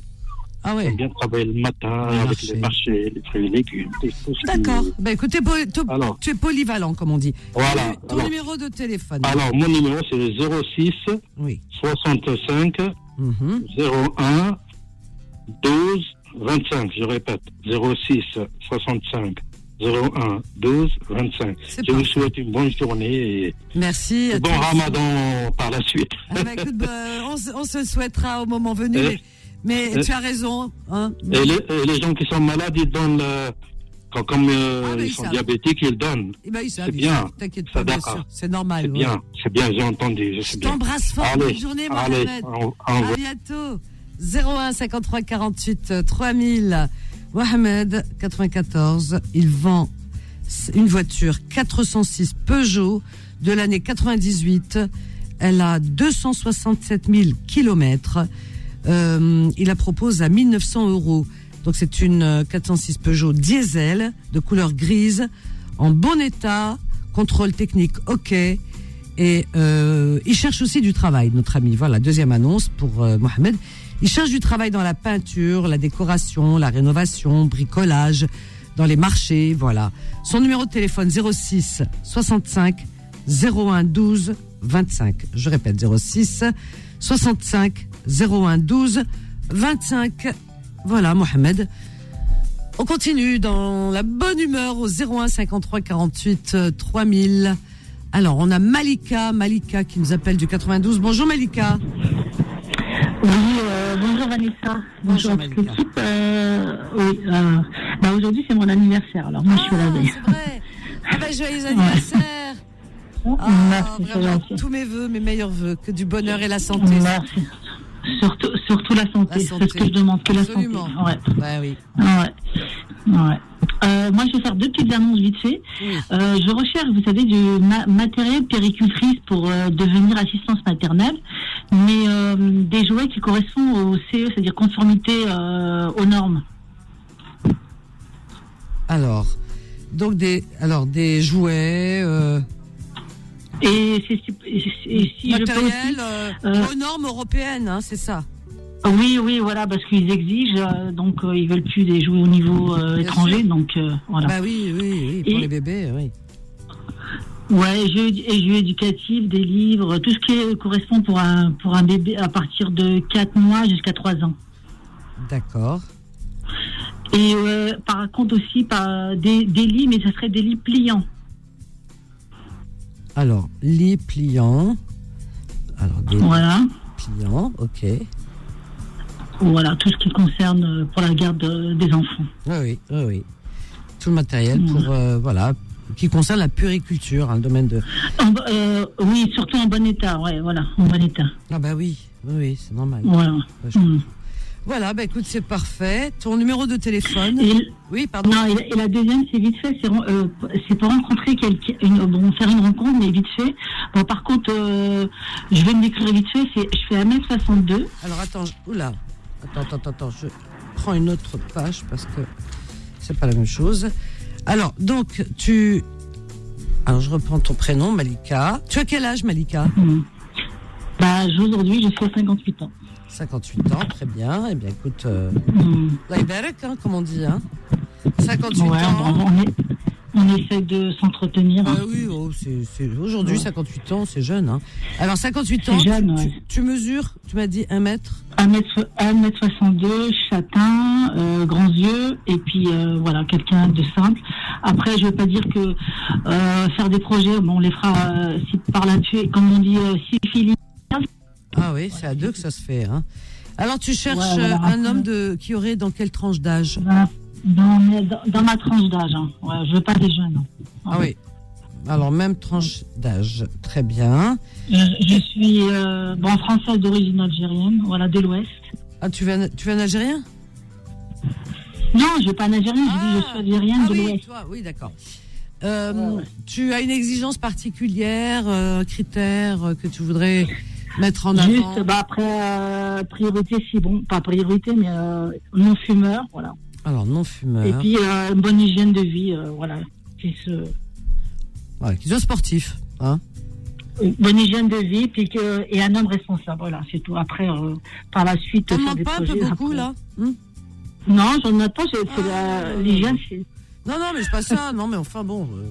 S2: Ah ouais.
S9: j'aime bien travailler le matin
S2: Le
S9: avec
S2: marché.
S9: les marchés, les fruits et légumes. et tout ce qui-
S2: D'accord. Bah écoute, t'es poly- t'es-
S9: Mmh. Alors,
S2: tu es polyvalent, comme on dit.
S9: voilà.
S2: Ton
S9: Alors,
S2: numéro de téléphone.
S9: alors, mon numéro, c'est 06
S2: Oui.
S9: 65
S2: Mhm.
S9: 01 12 25, je répète, 06 65 01 12 25.
S2: C'est
S9: Je vous
S2: parfait.
S9: souhaite une bonne journée
S2: Merci. à
S9: et bon
S2: toi aussi.
S9: ramadan par la suite.
S2: Ah bah, écoute, bah, on, se- on se le souhaitera au moment venu.
S9: Eh.
S2: mais- Mais,
S9: Eh.
S2: tu as raison. Hein
S9: Et les, euh, et les gens qui sont malades, ils donnent, euh, quand- comme euh,
S2: Ah, mais
S9: ils,
S2: ils
S9: sont
S2: savent.
S9: diabétiques, ils donnent.
S2: Eh ben, ils savent,
S9: c'est
S2: ils
S9: bien.
S2: savent. T'inquiète pas,
S9: Ça
S2: bien
S9: d'accord.
S2: sûr. C'est normal.
S9: C'est
S2: ouais.
S9: bien, c'est bien, j'ai entendu, je
S2: Je
S9: sais bien.
S2: t'embrasse fort.
S9: Allez,
S2: Bonne journée,
S9: Allez,
S2: Mohamed.
S9: au- au
S2: À
S9: revoir.
S2: bientôt. 01 53 48 3000. Mohamed, 94. Il vend une voiture 406 Peugeot de l'année 98. Elle a 267 000 kilomètres. Euh, il la propose à 1900 euros. Donc c'est une euh, 406 Peugeot diesel de couleur grise, en bon état, contrôle technique OK. Et euh, il cherche aussi du travail, notre ami. Voilà, deuxième annonce pour euh, Mohamed. Il cherche du travail dans la peinture, la décoration, la rénovation, bricolage, dans les marchés, voilà. Son numéro de téléphone 06 65 01 12 25. Je répète 06 65 01 12 25. Voilà Mohamed. On continue dans la bonne humeur au 01 53 48 3000. euh, Alors, on a Malika, Malika qui nous appelle du 92. Bonjour Malika.
S10: Oui, euh, bonjour Vanessa.
S2: Bonjour,
S10: à toute
S2: Malika. Ah
S10: l'équipe. Euh, oui, euh, bah, aujourd'hui c'est mon anniversaire, alors moi je suis la veille.
S2: C'est vrai. Ah bah, joyeux anniversaire. Ah,
S10: Merci, c'est
S2: vraiment,
S10: gentil.
S2: tous mes voeux, mes meilleurs voeux, que du bonheur et la santé.
S10: Merci. Surtout, surtout la santé,
S2: La santé.
S10: c'est ce que je demande, que la
S2: Absolument.
S10: santé. Ouais.
S2: Ouais, oui.
S10: Ouais. Ouais. Euh, moi, je vais faire deux petites annonces vite fait.
S2: Oui.
S10: Euh, je recherche, vous savez, du ma- matériel péricultrice pour euh, devenir assistance maternelle, mais euh, des jouets qui correspondent au CE, c'est-à-dire conformité euh, aux normes.
S2: Alors, donc des, alors des jouets, euh,
S10: Et, c'est sup- et si si je peux aussi,
S2: matériel, euh,
S10: euh,
S2: aux normes européennes, hein, c'est ça.
S10: Oui, oui, voilà, parce qu'ils exigent, euh, donc euh, ils veulent plus des jouets au niveau euh, étranger,
S2: sûr.
S10: donc euh, voilà.
S2: Bah oui, oui, oui, pour
S10: Et-
S2: les bébés, oui.
S10: Ouais, jeux, et jeux éducatifs, des livres, tout ce qui est- euh, correspond pour un, pour un bébé à partir de 4 mois jusqu'à 3 ans.
S2: D'accord.
S10: Et euh, par contre aussi par des, des lits, mais ce serait des lits pliants.
S2: Alors, lit pliant. Alors, des
S10: Voilà,
S2: pliants, ok.
S10: voilà, tout ce qui concerne euh, pour la garde euh, des enfants.
S2: Oui, Ah oui, oui, oui. Tout le matériel
S10: Mm.
S2: pour, euh, voilà, qui concerne la puriculture, hein, le domaine de.
S10: En bo- euh, oui, surtout en bon état, ouais, voilà, en bon état.
S2: Ah, bah oui, oui, oui, c'est normal.
S10: Voilà.
S2: Ouais, je-
S10: Mm.
S2: Voilà, bah écoute, c'est parfait. Ton numéro de téléphone.
S10: Et-
S2: Oui, pardon.
S10: Non, et, la- et la deuxième, c'est vite fait, c'est ren- euh, c'est pour rencontrer quelqu'un, une- bon, faire une rencontre, mais vite fait. Bon, par contre, euh, je vais me décrire vite fait, c'est, je fais 1m62.
S2: Alors, attends, je- oula. Attends, attends, attends, attends, je prends une autre page parce que c'est pas la même chose. Alors, donc, tu. Alors, je reprends ton prénom, Malika. Tu as quel âge, Malika
S10: Mhm. Bah, aujourd'hui, je fais 58 ans.
S2: 58 ans, très bien. Eh bien, écoute, euh,
S10: Hmm.
S2: Allah ybarak, hein, comme on dit. Hein. 58
S10: Ouais,
S2: ans.
S10: bon, on, est- on essaie de s'entretenir.
S2: Ah
S10: hein.
S2: oui, oh, c'est- c'est- aujourd'hui,
S10: Ouais.
S2: 58 ans, c'est jeune. Hein. Alors, 58 ans,
S10: C'est jeune,
S2: tu,
S10: ouais.
S2: tu- tu mesures, tu m'as dit 1 mètre.
S10: 1m, 1m62, châtain, euh, grands yeux, et puis euh, voilà, quelqu'un de simple. Après, je veux pas dire que euh, faire des projets, bon, on les fera euh, si par la tuer, comme on dit, euh, syphilis.
S2: Ah oui, c'est à deux que ça se fait. Hein. Alors, tu cherches
S10: Ouais, voilà,
S2: euh, un
S10: après-
S2: homme de, qui aurait dans quelle tranche d'âge
S10: Dans, dans- dans ma tranche d'âge, hein. ouais, je veux pas des jeunes.
S2: Ah oui. Alors, même tranche d'âge. Très bien.
S10: Je, je suis euh, bon, française d'origine algérienne, voilà, de l'Ouest.
S2: Ah, tu veux un, tu veux un Algérien
S10: Non, je veux pas un Algérien, je dis je suis algérienne
S2: Ah
S10: de
S2: oui,
S10: l'Ouest.
S2: toi, oui, d'accord. Euh, Tu as une exigence particulière, euh, critère euh, que tu voudrais mettre en avant
S10: Juste, bah, après, euh, priorité, si bon, pas priorité, mais euh, non-fumeur, voilà.
S2: Alors,
S10: Et
S2: non-fumeur.
S10: puis, euh, une bonne hygiène de vie, euh, voilà. Qui se-
S2: Ouais, qu'ils soient sportifs. Hein.
S10: une Bonne hygiène de vie, puis que, et un homme responsable, voilà, c'est tout. Après, euh, par la suite,
S2: T'en
S10: faire
S2: demandes
S10: des
S2: pas un peu
S10: projets,
S2: beaucoup,
S10: après-
S2: là Hum
S10: Non, j'en ai pas, c'est c'est la- l'hygiène, c'est.
S2: Ah. Non, non, mais c'est pas ça. Non, mais enfin, bon. euh,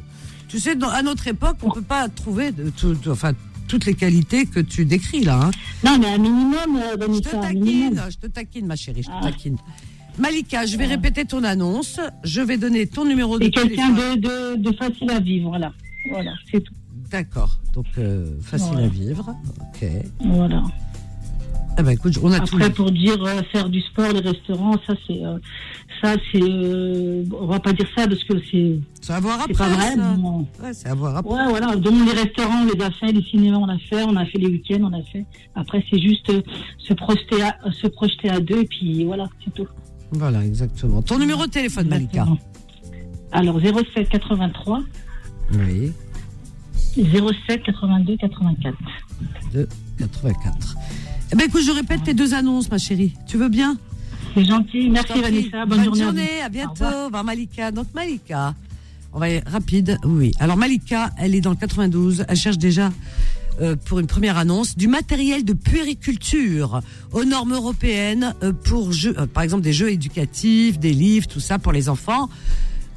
S2: tu sais, dans- à notre époque, on peut pas trouver de, tout- tout- enfin, toutes les qualités que tu décris, là. hein.
S10: Non, mais un minimum, euh,
S2: Je
S10: Vanessa,
S2: te
S10: un minimum.
S2: taquine, je te taquine, ma chérie, je te
S10: Ah.
S2: taquine. Malika, je vais répéter ton annonce. Je vais donner ton numéro de
S10: Et quelqu'un
S2: téléphone.
S10: de, de, de facile à vivre, voilà. Voilà, c'est tout.
S2: D'accord. Donc, euh, facile
S10: Ouais.
S2: à vivre. OK.
S10: Voilà.
S2: Ah bah écoute, on a tout.
S10: Après, pour dire euh, faire du sport, les restaurants, ça c'est, euh, ça c'est, euh, on va pas dire ça parce que c'est,
S2: c'est à voir
S10: pas
S2: après,
S10: vrai.
S2: ça.
S10: bon.
S2: Ouais, c'est à voir après.
S10: Ouais, voilà. Donc les restaurants, on les a fait, les cinémas, on a fait, on a fait les week-ends, on a fait. Après, c'est juste euh, se projeter, à, euh, se projeter à deux et puis voilà, c'est tout.
S2: Voilà, exactement. Ton numéro de téléphone, Malika.
S10: Alors 07 83
S2: Oui,
S10: 07 82 84.
S2: de 84. Eh ben écoute, je répète tes deux annonces, ma chérie. Tu veux bien
S10: C'est gentil. Merci, Vanessa. Bonne journée à vous.
S2: à, bientôt. Au revoir, Malika. Donc, Malika, on va y rapide. Oui. Alors, Malika, elle est dans le 92. Elle cherche déjà, euh, pour une première annonce, du matériel de puériculture aux normes européennes euh, pour, jeux, euh, par exemple, des jeux éducatifs, des livres, tout ça pour les enfants.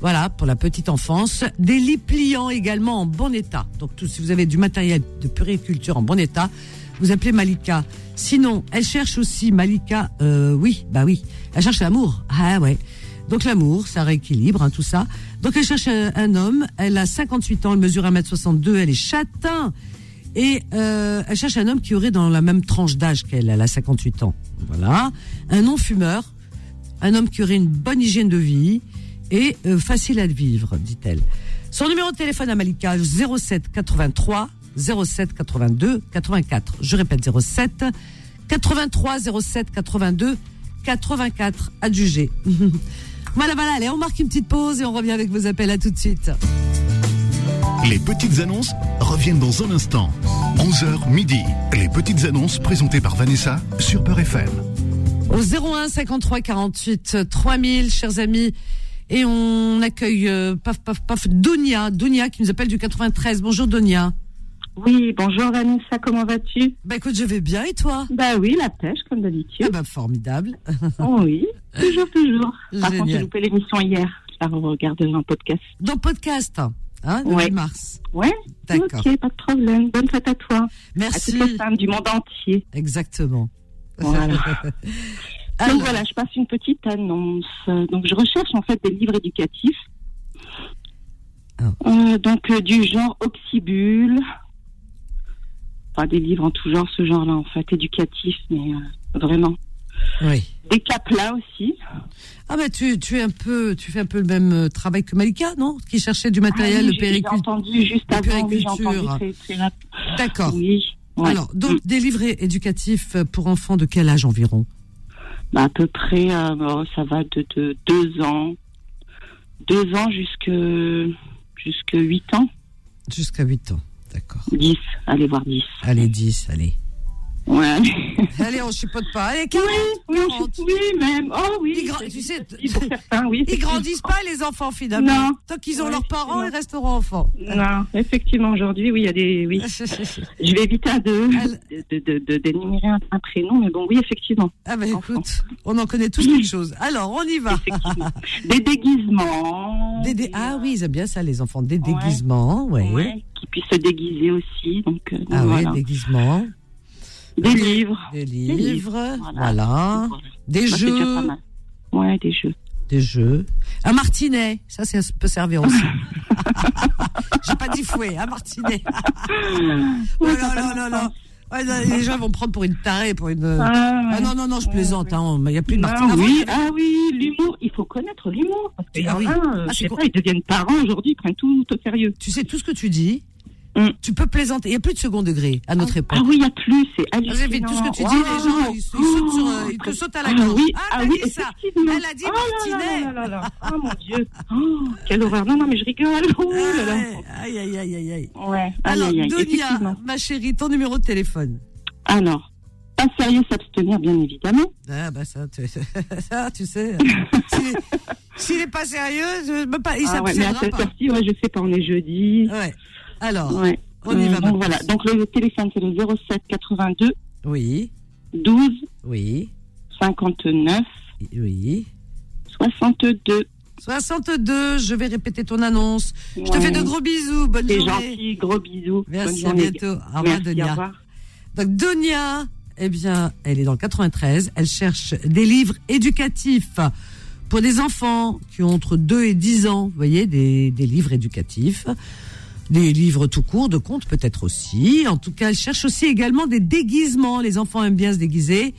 S2: Voilà, pour la petite enfance. Des lits pliants également en bon état. Donc, tout, si vous avez du matériel de puériculture en bon état, vous appelez Malika. Sinon, elle cherche aussi Malika. euh, oui, bah oui. Elle cherche l'amour. Ah ouais. Donc l'amour, ça rééquilibre, hein, tout ça. Donc elle cherche un, un homme. Elle a 58 ans, elle mesure 1m62, elle est châtain. Et euh, elle cherche un homme qui aurait dans la même tranche d'âge qu'elle. Elle a 58 ans. Voilà. Un non-fumeur, un homme qui aurait une bonne hygiène de vie et euh, facile à vivre, dit-elle. Son numéro de téléphone à Malika, 07 83 07 82 84. Je répète, 07 83 07 82 84. Adjugé. voilà, voilà, allez, on marque une petite pause et on revient avec vos appels. À tout de suite.
S1: Les petites annonces reviennent dans un instant. 11h midi. Les petites annonces présentées par Vanessa sur Peur FM.
S2: Au 01 53 48 3000, chers amis. Et on accueille, euh, paf, paf, paf, Donia. Donia qui nous appelle du 93. Bonjour Donia.
S7: Oui, bonjour Vanessa, comment vas-tu
S2: Bah écoute, je vais bien et toi
S7: Bah oui, la pêche comme d'habitude. Oh
S2: Ah bah formidable.
S7: oui, toujours, toujours. Par contre, j'ai
S2: Génial.
S7: loupé l'émission hier. Je la regarderai en podcast.
S2: Dans podcast, hein, le
S7: Ouais.
S2: 8 mars.
S7: Ouais,
S2: D'accord.
S7: ok, pas de problème. Bonne fête à toi.
S2: Merci.
S7: À toutes les femmes du monde entier.
S2: Exactement.
S7: Voilà.
S2: Alors.
S7: Donc voilà, je passe une petite annonce. Donc je recherche en fait des livres éducatifs.
S2: Ah.
S7: Euh, donc euh, du genre Oxybule. Enfin, des livres en tout genre, ce genre-là en fait, éducatifs, mais euh, vraiment.
S2: Oui.
S7: Des Caplas aussi.
S2: Ah bah tu, tu es un peu, tu fais un peu le même euh, travail que Malika, non Qui cherchait du matériel
S7: Ah
S2: de
S7: oui, j'ai- j'ai
S2: périculture.
S7: entendu juste
S2: de
S7: avant, oui, j'ai
S2: puériculture.
S7: entendu très- très rapide.
S2: D'accord.
S7: Oui. ouais. Mm.
S2: Alors, donc, des livres é- éducatifs euh, pour enfants de quel âge environ
S7: Bah, à peu près, euh, bon, ça va de, de deux ans, deux ans jusque jusque huit ans,
S2: Jusqu'à 8 ans. D'accord.
S7: 10, allez voir 10.
S2: Allez, 10, allez.
S7: Ouais.
S2: Allez, on chipote pas. Allez, 40,
S7: oui, oui, même. Oh oui.
S2: Ils, gra- tu sais,
S7: Pour certains, oui.
S2: ils grandissent pas, les enfants, finalement.
S7: Non.
S2: Tant qu'ils ont
S7: Ouais,
S2: leurs parents,
S7: effectivement.
S2: ils resteront enfants.
S7: Non, effectivement, aujourd'hui, oui, il y a des. Oui. Je vais éviter à de de- de- de- d'énumérer un, un prénom, mais bon, oui, effectivement.
S2: Ah ben écoute, on en connaît tous quelque chose. Alors, on y va.
S7: Des déguisements.
S2: Des dé- Ah oui, ils aiment bien ça, les enfants. Des déguisements, ouais.
S7: Ouais, qui puissent se déguiser aussi. Donc, euh, donc,
S2: Ah
S7: voilà.
S2: ouais, déguisements.
S7: Des livres. Des
S2: Des livres, voilà.
S7: Voilà.
S2: Des
S7: Ça, c'est déjà pas
S2: jeux.
S7: mal. Ouais, des jeux.
S2: Des jeux. Un martinet, ça, ça peut servir aussi. J'ai pas dit fouet, un martinet. oh là là là là. Ouais, non, les gens vont me prendre pour une tarée, pour une.
S7: Ah, ouais.
S2: non, non, non, je plaisante. Il hein, n'y a plus de
S7: Ah
S2: martinet.
S7: oui, ah oui, l'humour, il faut connaître l'humour. Parce qu'il y
S2: Ah
S7: en
S2: oui.
S7: a, euh,
S2: Ah,
S7: je
S2: c'est
S7: sais
S2: con-
S7: pas, ils deviennent parents aujourd'hui, ils prennent tout au sérieux. Mm.
S2: Tu sais, tout ce que tu dis, tu peux plaisanter. Il n'y a plus de second degré à notre époque.
S7: Ah oui, il y a plus, c'est
S2: Ah, j'ai vu
S7: hallucinant.
S2: tout ce que tu
S7: Waouh.
S2: dis, les gens, ils, ils sautent sur, euh, ils te
S7: Oh.
S2: sautent à la
S7: Ah
S2: gorge.
S7: oui,
S2: ah,
S7: ah
S2: t'as
S7: oui,
S2: dit ça.
S7: effectivement.
S2: Elle a dit
S7: Oh là là
S2: martinet.
S7: là là là là. Oh mon Dieu. Oh, quelle horreur. Non, non, mais je rigole. Oh là là.
S2: Ah, Ouais, Aïe, aïe, aïe, aïe, aïe.
S7: Ouais. Aïe,
S2: Alors,
S7: Ah, aïe, aïe.
S2: Donia,
S7: Effectivement.
S2: ma chérie, ton numéro de téléphone.
S7: Alors, pas sérieux s'abstenir, bien évidemment.
S2: Ah, bah ça, tu, ça, tu sais. S'il est- S'il n'est pas sérieux, je, me pas, il
S7: Ah ouais, mais à
S2: s'abstiendra
S7: cette
S2: pas.
S7: heure-ci, ouais, je sais pas, on est jeudi.
S2: Ouais. Alors,
S7: Ouais.
S2: on y
S7: Euh,
S2: va maintenant.
S7: donc voilà, donc le téléphone c'est le 07 82
S2: Oui,
S7: 12
S2: oui,
S7: 59
S2: oui.
S7: 62.
S2: 62, je vais répéter ton annonce. Je te
S7: Ouais.
S2: fais de gros bisous. Bonne
S7: C'est
S2: journée.
S7: gentil, gros bisous.
S2: Merci,
S7: Bonne
S2: à
S7: journée.
S2: bientôt. Au revoir,
S7: Merci,
S2: Donia.
S7: au revoir.
S2: Donc Donia, eh bien, elle est dans le 93. Elle cherche des livres éducatifs pour des enfants qui ont entre 2 et 10 ans. Vous voyez, des, des livres éducatifs. des livres tout court, de contes peut-être aussi. En tout cas, elle cherche aussi également des déguisements. Les enfants aiment bien se déguiser.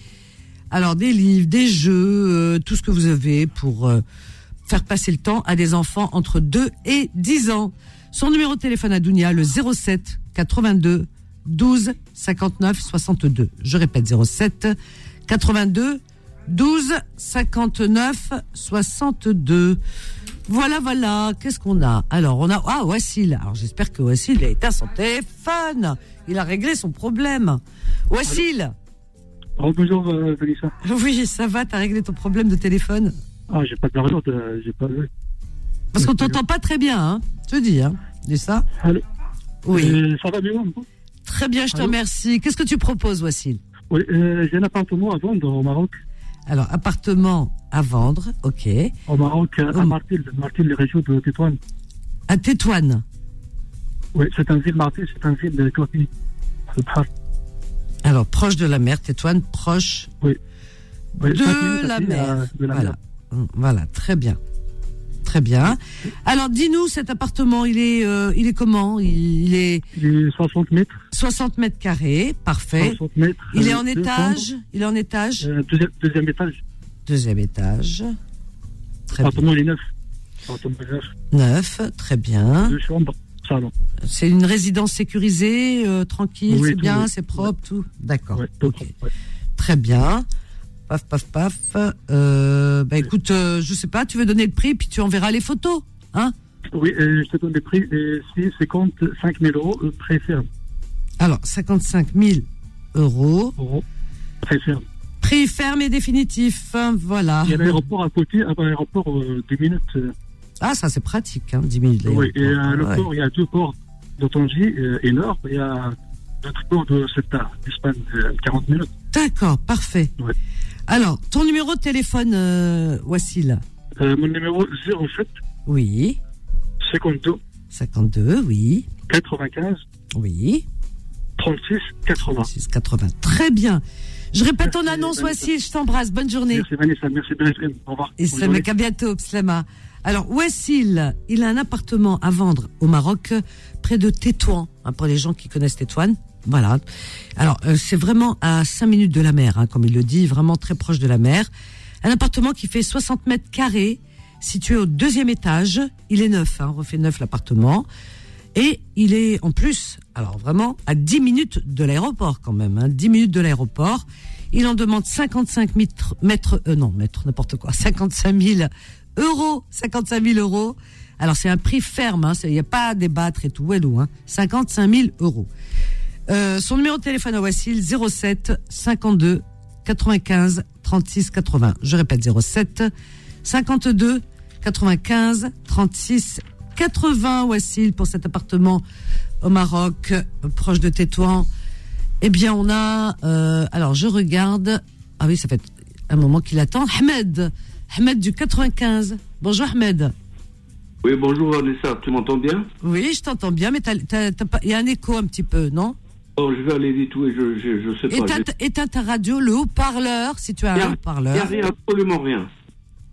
S2: Alors des livres, des jeux, euh, tout ce que vous avez pour euh, faire passer le temps à des enfants entre 2 et 10 ans. Son numéro de téléphone à Dounia, le 07 82 12 59 62. Je répète, 07 82 12 59 62. Voilà, voilà. Qu'est-ce qu'on a Alors, on a. Ah, Wassil. Alors, j'espère que Wassil a éteint son téléphone. Il a réglé son problème. Wassil
S8: Bonjour, euh, Vanessa.
S2: Oui, ça va, t'as réglé ton problème de téléphone
S8: Ah, j'ai pas de l'argent, euh, j'ai pas. euh,
S2: Parce qu'on t'entend pas très bien, hein. Je te dis, hein. Dis ça.
S8: Allô
S2: Oui.
S8: Euh, ça va mieux un peu
S2: Très bien, je te
S8: Allô
S2: remercie. Qu'est-ce que tu proposes, Wassil
S8: Oui, euh, j'ai un appartement à vendre au Maroc.
S2: Alors, appartement à vendre, ok.
S8: Au Maroc, à, à Martil, Martil, les régions de Tétouan.
S2: À Tétouan
S8: Oui, c'est un ville Martil, c'est un ville de Turquie. C'est pas-
S2: Alors, proche de la mer, Tétouan, proche
S8: Oui, cinq minutes
S2: de,
S8: à
S2: la
S8: pied, euh,
S2: mer.
S8: de la
S2: voilà.
S8: mer.
S2: Hum, Voilà, très bien. Très bien. Alors, dis-nous, cet appartement, il est, euh, il est comment il, il est...
S8: 60 mètres.
S2: 60 mètres carrés, parfait.
S8: 60 mètres,
S2: il est
S8: euh,
S2: en
S8: deux
S2: étage
S8: chambres.
S2: Il est en étage
S8: Euh, deuxième, deuxième étage.
S2: Deuxième étage. Très
S8: Appartement, il est neuf. Appartement, il est neuf.
S2: Neuf, très bien.
S8: Deux chambres, salon.
S2: C'est une résidence sécurisée, euh, tranquille,
S8: Oui,
S2: c'est
S8: tout,
S2: bien,
S8: oui.
S2: c'est propre, tout. D'accord.
S8: tout
S2: ok. Très bien. Paf, paf, paf. Euh, bah écoute, euh, je sais pas, tu veux donner le prix, puis tu enverras les photos, hein
S8: Oui, euh, je te donne des prix. Et si c'est compte 5 000 euros, euh, prêt ferme.
S2: Alors, 55 000 euros.
S8: Prêt ferme.
S2: Prix ferme et définitif, hein, voilà.
S8: Il y a l'aéroport à côté, à l'aéroport, euh, 10 minutes. euh,
S2: Ah, ça c'est pratique, hein, 10 000
S8: Oui, et
S2: l'aéroport,
S8: à le
S2: ouais.
S8: port, il y a deux ports de Tangier euh, et Nord. Il y a d'autres ports de Septa, d'Espagne, euh, 40 minutes.
S2: D'accord, parfait. Alors, ton numéro de téléphone, euh, Wassil
S8: Euh, mon numéro 07
S2: Oui.
S8: 52
S2: 52, oui.
S8: 95
S2: Oui.
S8: 36 80.
S2: 36 80. Très bien. Je répète ton annonce, Wassil, je t'embrasse. Bonne journée.
S8: Merci Vanessa, merci BFM. Au revoir.
S2: Et
S8: Bonne journée.
S2: à bientôt, Pslama. Alors, Wassil, il a un appartement à vendre au Maroc, près de Tétouan, hein, pour les gens qui connaissent Tétouan. Voilà. Alors, euh, c'est vraiment à 5 minutes de la mer, hein, comme il le dit, vraiment très proche de la mer. Un appartement qui fait 60 mètres carrés, situé au deuxième étage. Il est neuf, hein, on refait neuf l'appartement. Et il est en plus, alors vraiment, à 10 minutes de l'aéroport quand même, hein, 10 minutes de l'aéroport. Il en demande 55 mètres, mètres euh, non, mètres, n'importe quoi, 55 000 euros, 55 000 euros. Alors c'est un prix ferme, hein, c'est- il n'y a pas à débattre et tout, Wello, hein, 55 000 euros. Euh, son numéro de téléphone à Wassil, 07 52 95 36 80. Je répète, 07 52 95 36 80. Wassil pour cet appartement au Maroc, euh, proche de Tétouan. Eh bien, on a. euh, alors, je regarde. Ah oui, ça fait un moment qu'il attend. Ahmed. Ahmed du 95. Bonjour Ahmed.
S11: Oui, bonjour Vanessa, tu m'entends bien
S2: Oui, je t'entends bien, mais t'as- t'as- t'as pas- il y a un écho un petit peu, non
S11: Oh, je vais aller vite, oui, je, je, je sais pas.
S2: Éteins,
S11: j'ai-
S2: ta- éteins ta radio, le haut-parleur, si tu as un
S11: Il n'y
S2: haut-parleur.
S11: a rien, absolument rien.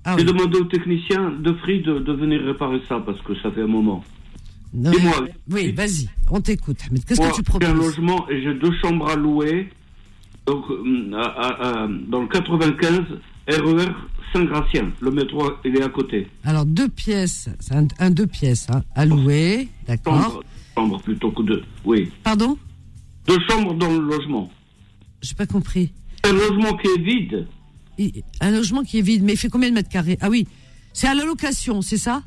S2: Ah
S11: J'ai demandé au technicien de Free de, de venir réparer ça parce que ça fait un moment.
S2: Non,
S11: Dis-moi.
S2: Oui, vas-y, on t'écoute. Ahmed. qu'est-ce
S11: Moi,
S2: que tu
S11: j'ai un
S2: proposes
S11: logement et j'ai deux chambres à louer. Donc, hum, à- à- à- dans le 95, RER Saint-Gratien. Le métro, il est à côté.
S2: Alors, deux pièces, c'est un, un deux pièces hein, à louer, d'accord
S11: Chambre, chambre plutôt que deux. Oui.
S2: Pardon
S11: Deux chambres dans le logement.
S2: J'ai pas compris.
S11: Un logement qui est vide.
S2: Il- Un logement qui est vide, mais il fait combien de mètres carrés Ah oui, c'est à la location, c'est ça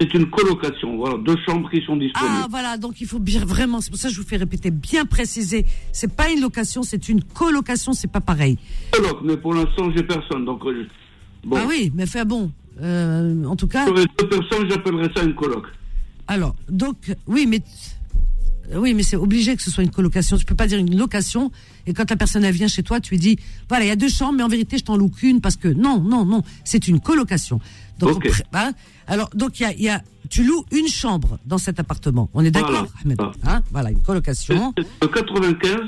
S11: C'est une colocation. Voilà, deux chambres qui sont disponibles.
S2: Ah voilà, donc il faut bien vraiment, c'est pour ça que je vous fais répéter, bien préciser. C'est pas une location, c'est une colocation, c'est pas pareil.
S11: Coloc, mais pour l'instant, j'ai personne. Donc, euh, je- bon.
S2: Ah oui, mais fait bon. euh, en tout cas,
S11: J'aurais deux personnes, j'appellerais ça une coloc.
S2: alors donc oui, mais euh, oui, mais c'est obligé que ce soit une colocation. Tu peux pas dire une location. Et quand la personne elle vient chez toi, tu lui dis voilà, il y a deux chambres, mais en vérité, je t'en loue qu'une parce que non, non, non, c'est une colocation. Donc
S11: Ok.
S2: on pré- hein, alors donc il y a, il y a- tu loues une chambre dans cet appartement. On est d'accord,
S11: Voilà. Ah.
S2: Ahmed Hein Voilà, une colocation.
S11: Le 95,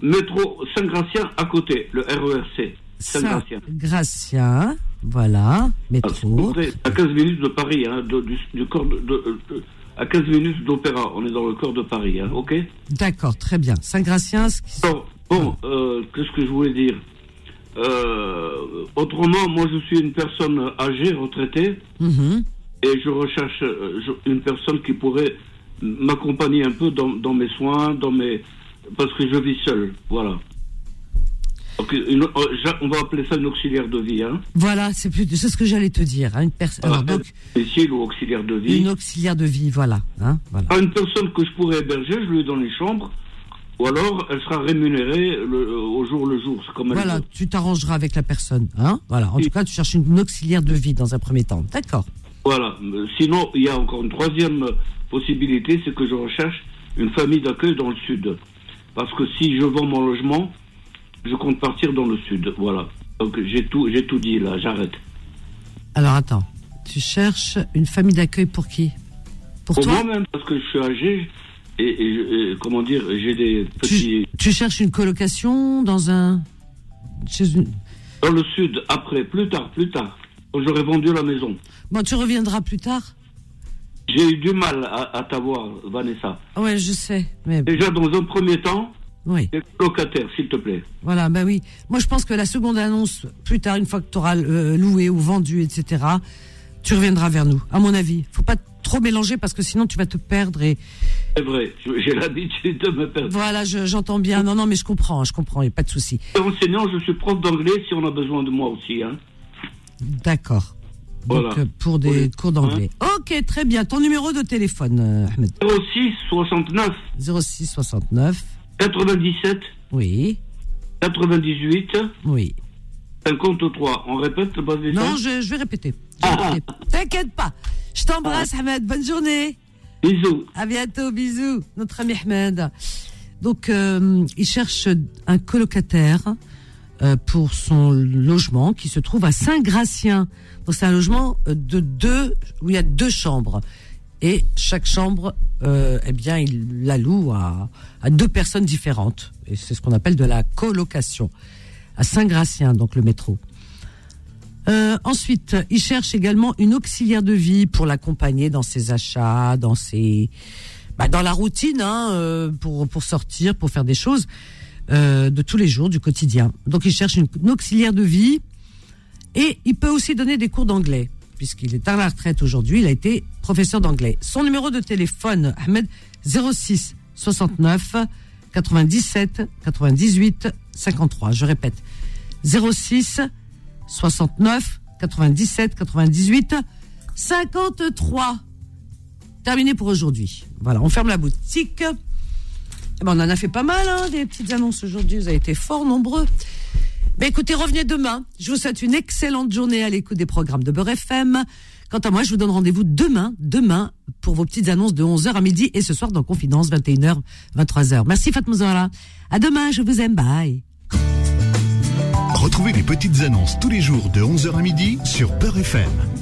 S11: métro Saint-Gratien à côté, le RERC. Saint-Gratien.
S2: Gracia,
S11: Ah,
S2: voilà, métro.
S11: À 15 minutes de Paris, hein, de- du, du corps de, de- de- à 15 minutes d'Opéra. On est dans le cœur de Paris, hein, ok
S2: D'accord, très bien. Saint-Gratien, ce qui-
S11: Bon, bon, euh, qu'est-ce que je voulais dire Euh, Autrement, moi je suis une personne âgée, retraitée,
S2: Mhm.
S11: et je recherche euh, je- une personne qui pourrait m'accompagner un peu dans, dans mes soins, dans mes parce que je vis seul, voilà. Donc, une- euh, j'a- on va appeler ça une auxiliaire de vie, hein
S2: Voilà, c'est plus, c'est ce que j'allais te dire. hein, une personne, alors,
S11: bah,
S2: donc,
S11: Spécial ou auxiliaire de vie.
S2: une auxiliaire de vie, voilà. hein, voilà.
S11: À une personne que je pourrais héberger, je lui donne les chambres, ou alors elle sera rémunérée le- euh, au jour le jour, c'est comme elle
S2: Voilà,
S11: veut.
S2: tu t'arrangeras avec la personne, hein Voilà. En tout cas, tu cherches une auxiliaire de vie dans un premier temps. D'accord.
S11: Voilà. Euh, Sinon, il y a encore une troisième possibilité, c'est que je recherche une famille d'accueil dans le sud. Parce que si je vends mon logement, je compte partir dans le sud. Voilà. Donc j'ai tout, j'ai tout dit là, j'arrête.
S2: Alors attends, tu cherches une famille d'accueil pour qui Pour toi
S11: moi-même, parce que je suis âgé et, et je- et comment dire, j'ai des petits.
S2: Tu cherches une colocation dans un chez une
S11: Dans le sud, après, plus tard, plus tard, quand j'aurai vendu la maison.
S2: Bon, tu reviendras plus tard.
S11: J'ai eu du mal à, à t'avoir, Vanessa.
S2: Ah Ouais, je sais.
S11: Déjà, dans un premier temps,
S2: oui.
S11: locataire, s'il te plaît.
S2: Voilà, bah oui. Moi, je pense que la seconde annonce, plus tard, une fois que tu auras loué ou vendu, etc., tu reviendras vers nous, à mon avis. Faut pas trop mélanger parce que sinon tu vas te perdre et
S11: C'est vrai, je- j'ai l'habitude de me perdre.
S2: voilà, je- j'entends bien. Non, non, mais je comprends, je comprends, il n'y a pas de souci.
S11: Je suis enseignant, je suis prof d'anglais si on a besoin de moi aussi. Hein.
S2: D'accord.
S11: Voilà.
S2: Donc, euh, pour des
S11: Oui. Hein
S2: cours d'anglais. Ok, très bien. Ton numéro de téléphone, euh, Ahmed
S11: 06 69
S2: 06 69
S11: 97
S2: Oui.
S11: 98
S2: Oui.
S11: 53. On répète le bas des
S2: Non,
S11: temps Ah,
S2: je, je vais répéter. Je vais répéter. T'inquiète pas. Je t'embrasse, Ahmed. Bonne journée.
S11: Bisous.
S2: À bientôt, bisous. Notre ami Ahmed. Donc, euh, il cherche un colocataire euh, pour son logement qui se trouve à Saint-Gratien. Donc, c'est un logement euh, de deux, où il y a deux chambres. Et chaque chambre, euh, eh bien, il la loue à, à deux personnes différentes. Et c'est ce qu'on appelle de la colocation. À Saint-Gratien, donc le métro. Euh, ensuite, il cherche également une auxiliaire de vie pour l'accompagner dans ses achats, dans ses, bah, dans la routine, hein, euh, pour pour sortir, pour faire des choses euh, de tous les jours, du quotidien. Donc, il cherche une, une auxiliaire de vie et il peut aussi donner des cours d'anglais puisqu'il est à la retraite aujourd'hui. Il a été professeur d'anglais. Son numéro de téléphone, Ahmed, 06 69 97 98 53. Je répète, 06 69 97 98 53. Terminé pour aujourd'hui. Voilà, on ferme la boutique. Eh ben, on en a fait pas mal, hein, des petites annonces aujourd'hui. Vous avez été fort nombreux. Mais écoutez, revenez demain. Je vous souhaite une excellente journée à l'écoute des programmes de Beurre FM. Quant à moi, je vous donne rendez-vous demain, demain, pour vos petites annonces de 11h à midi et ce soir dans Confidence, 21h, 23h. Merci Fatma Zahra. À demain, je vous aime. Bye.
S1: Retrouvez les petites annonces tous les jours de 11h à midi sur Peur FM.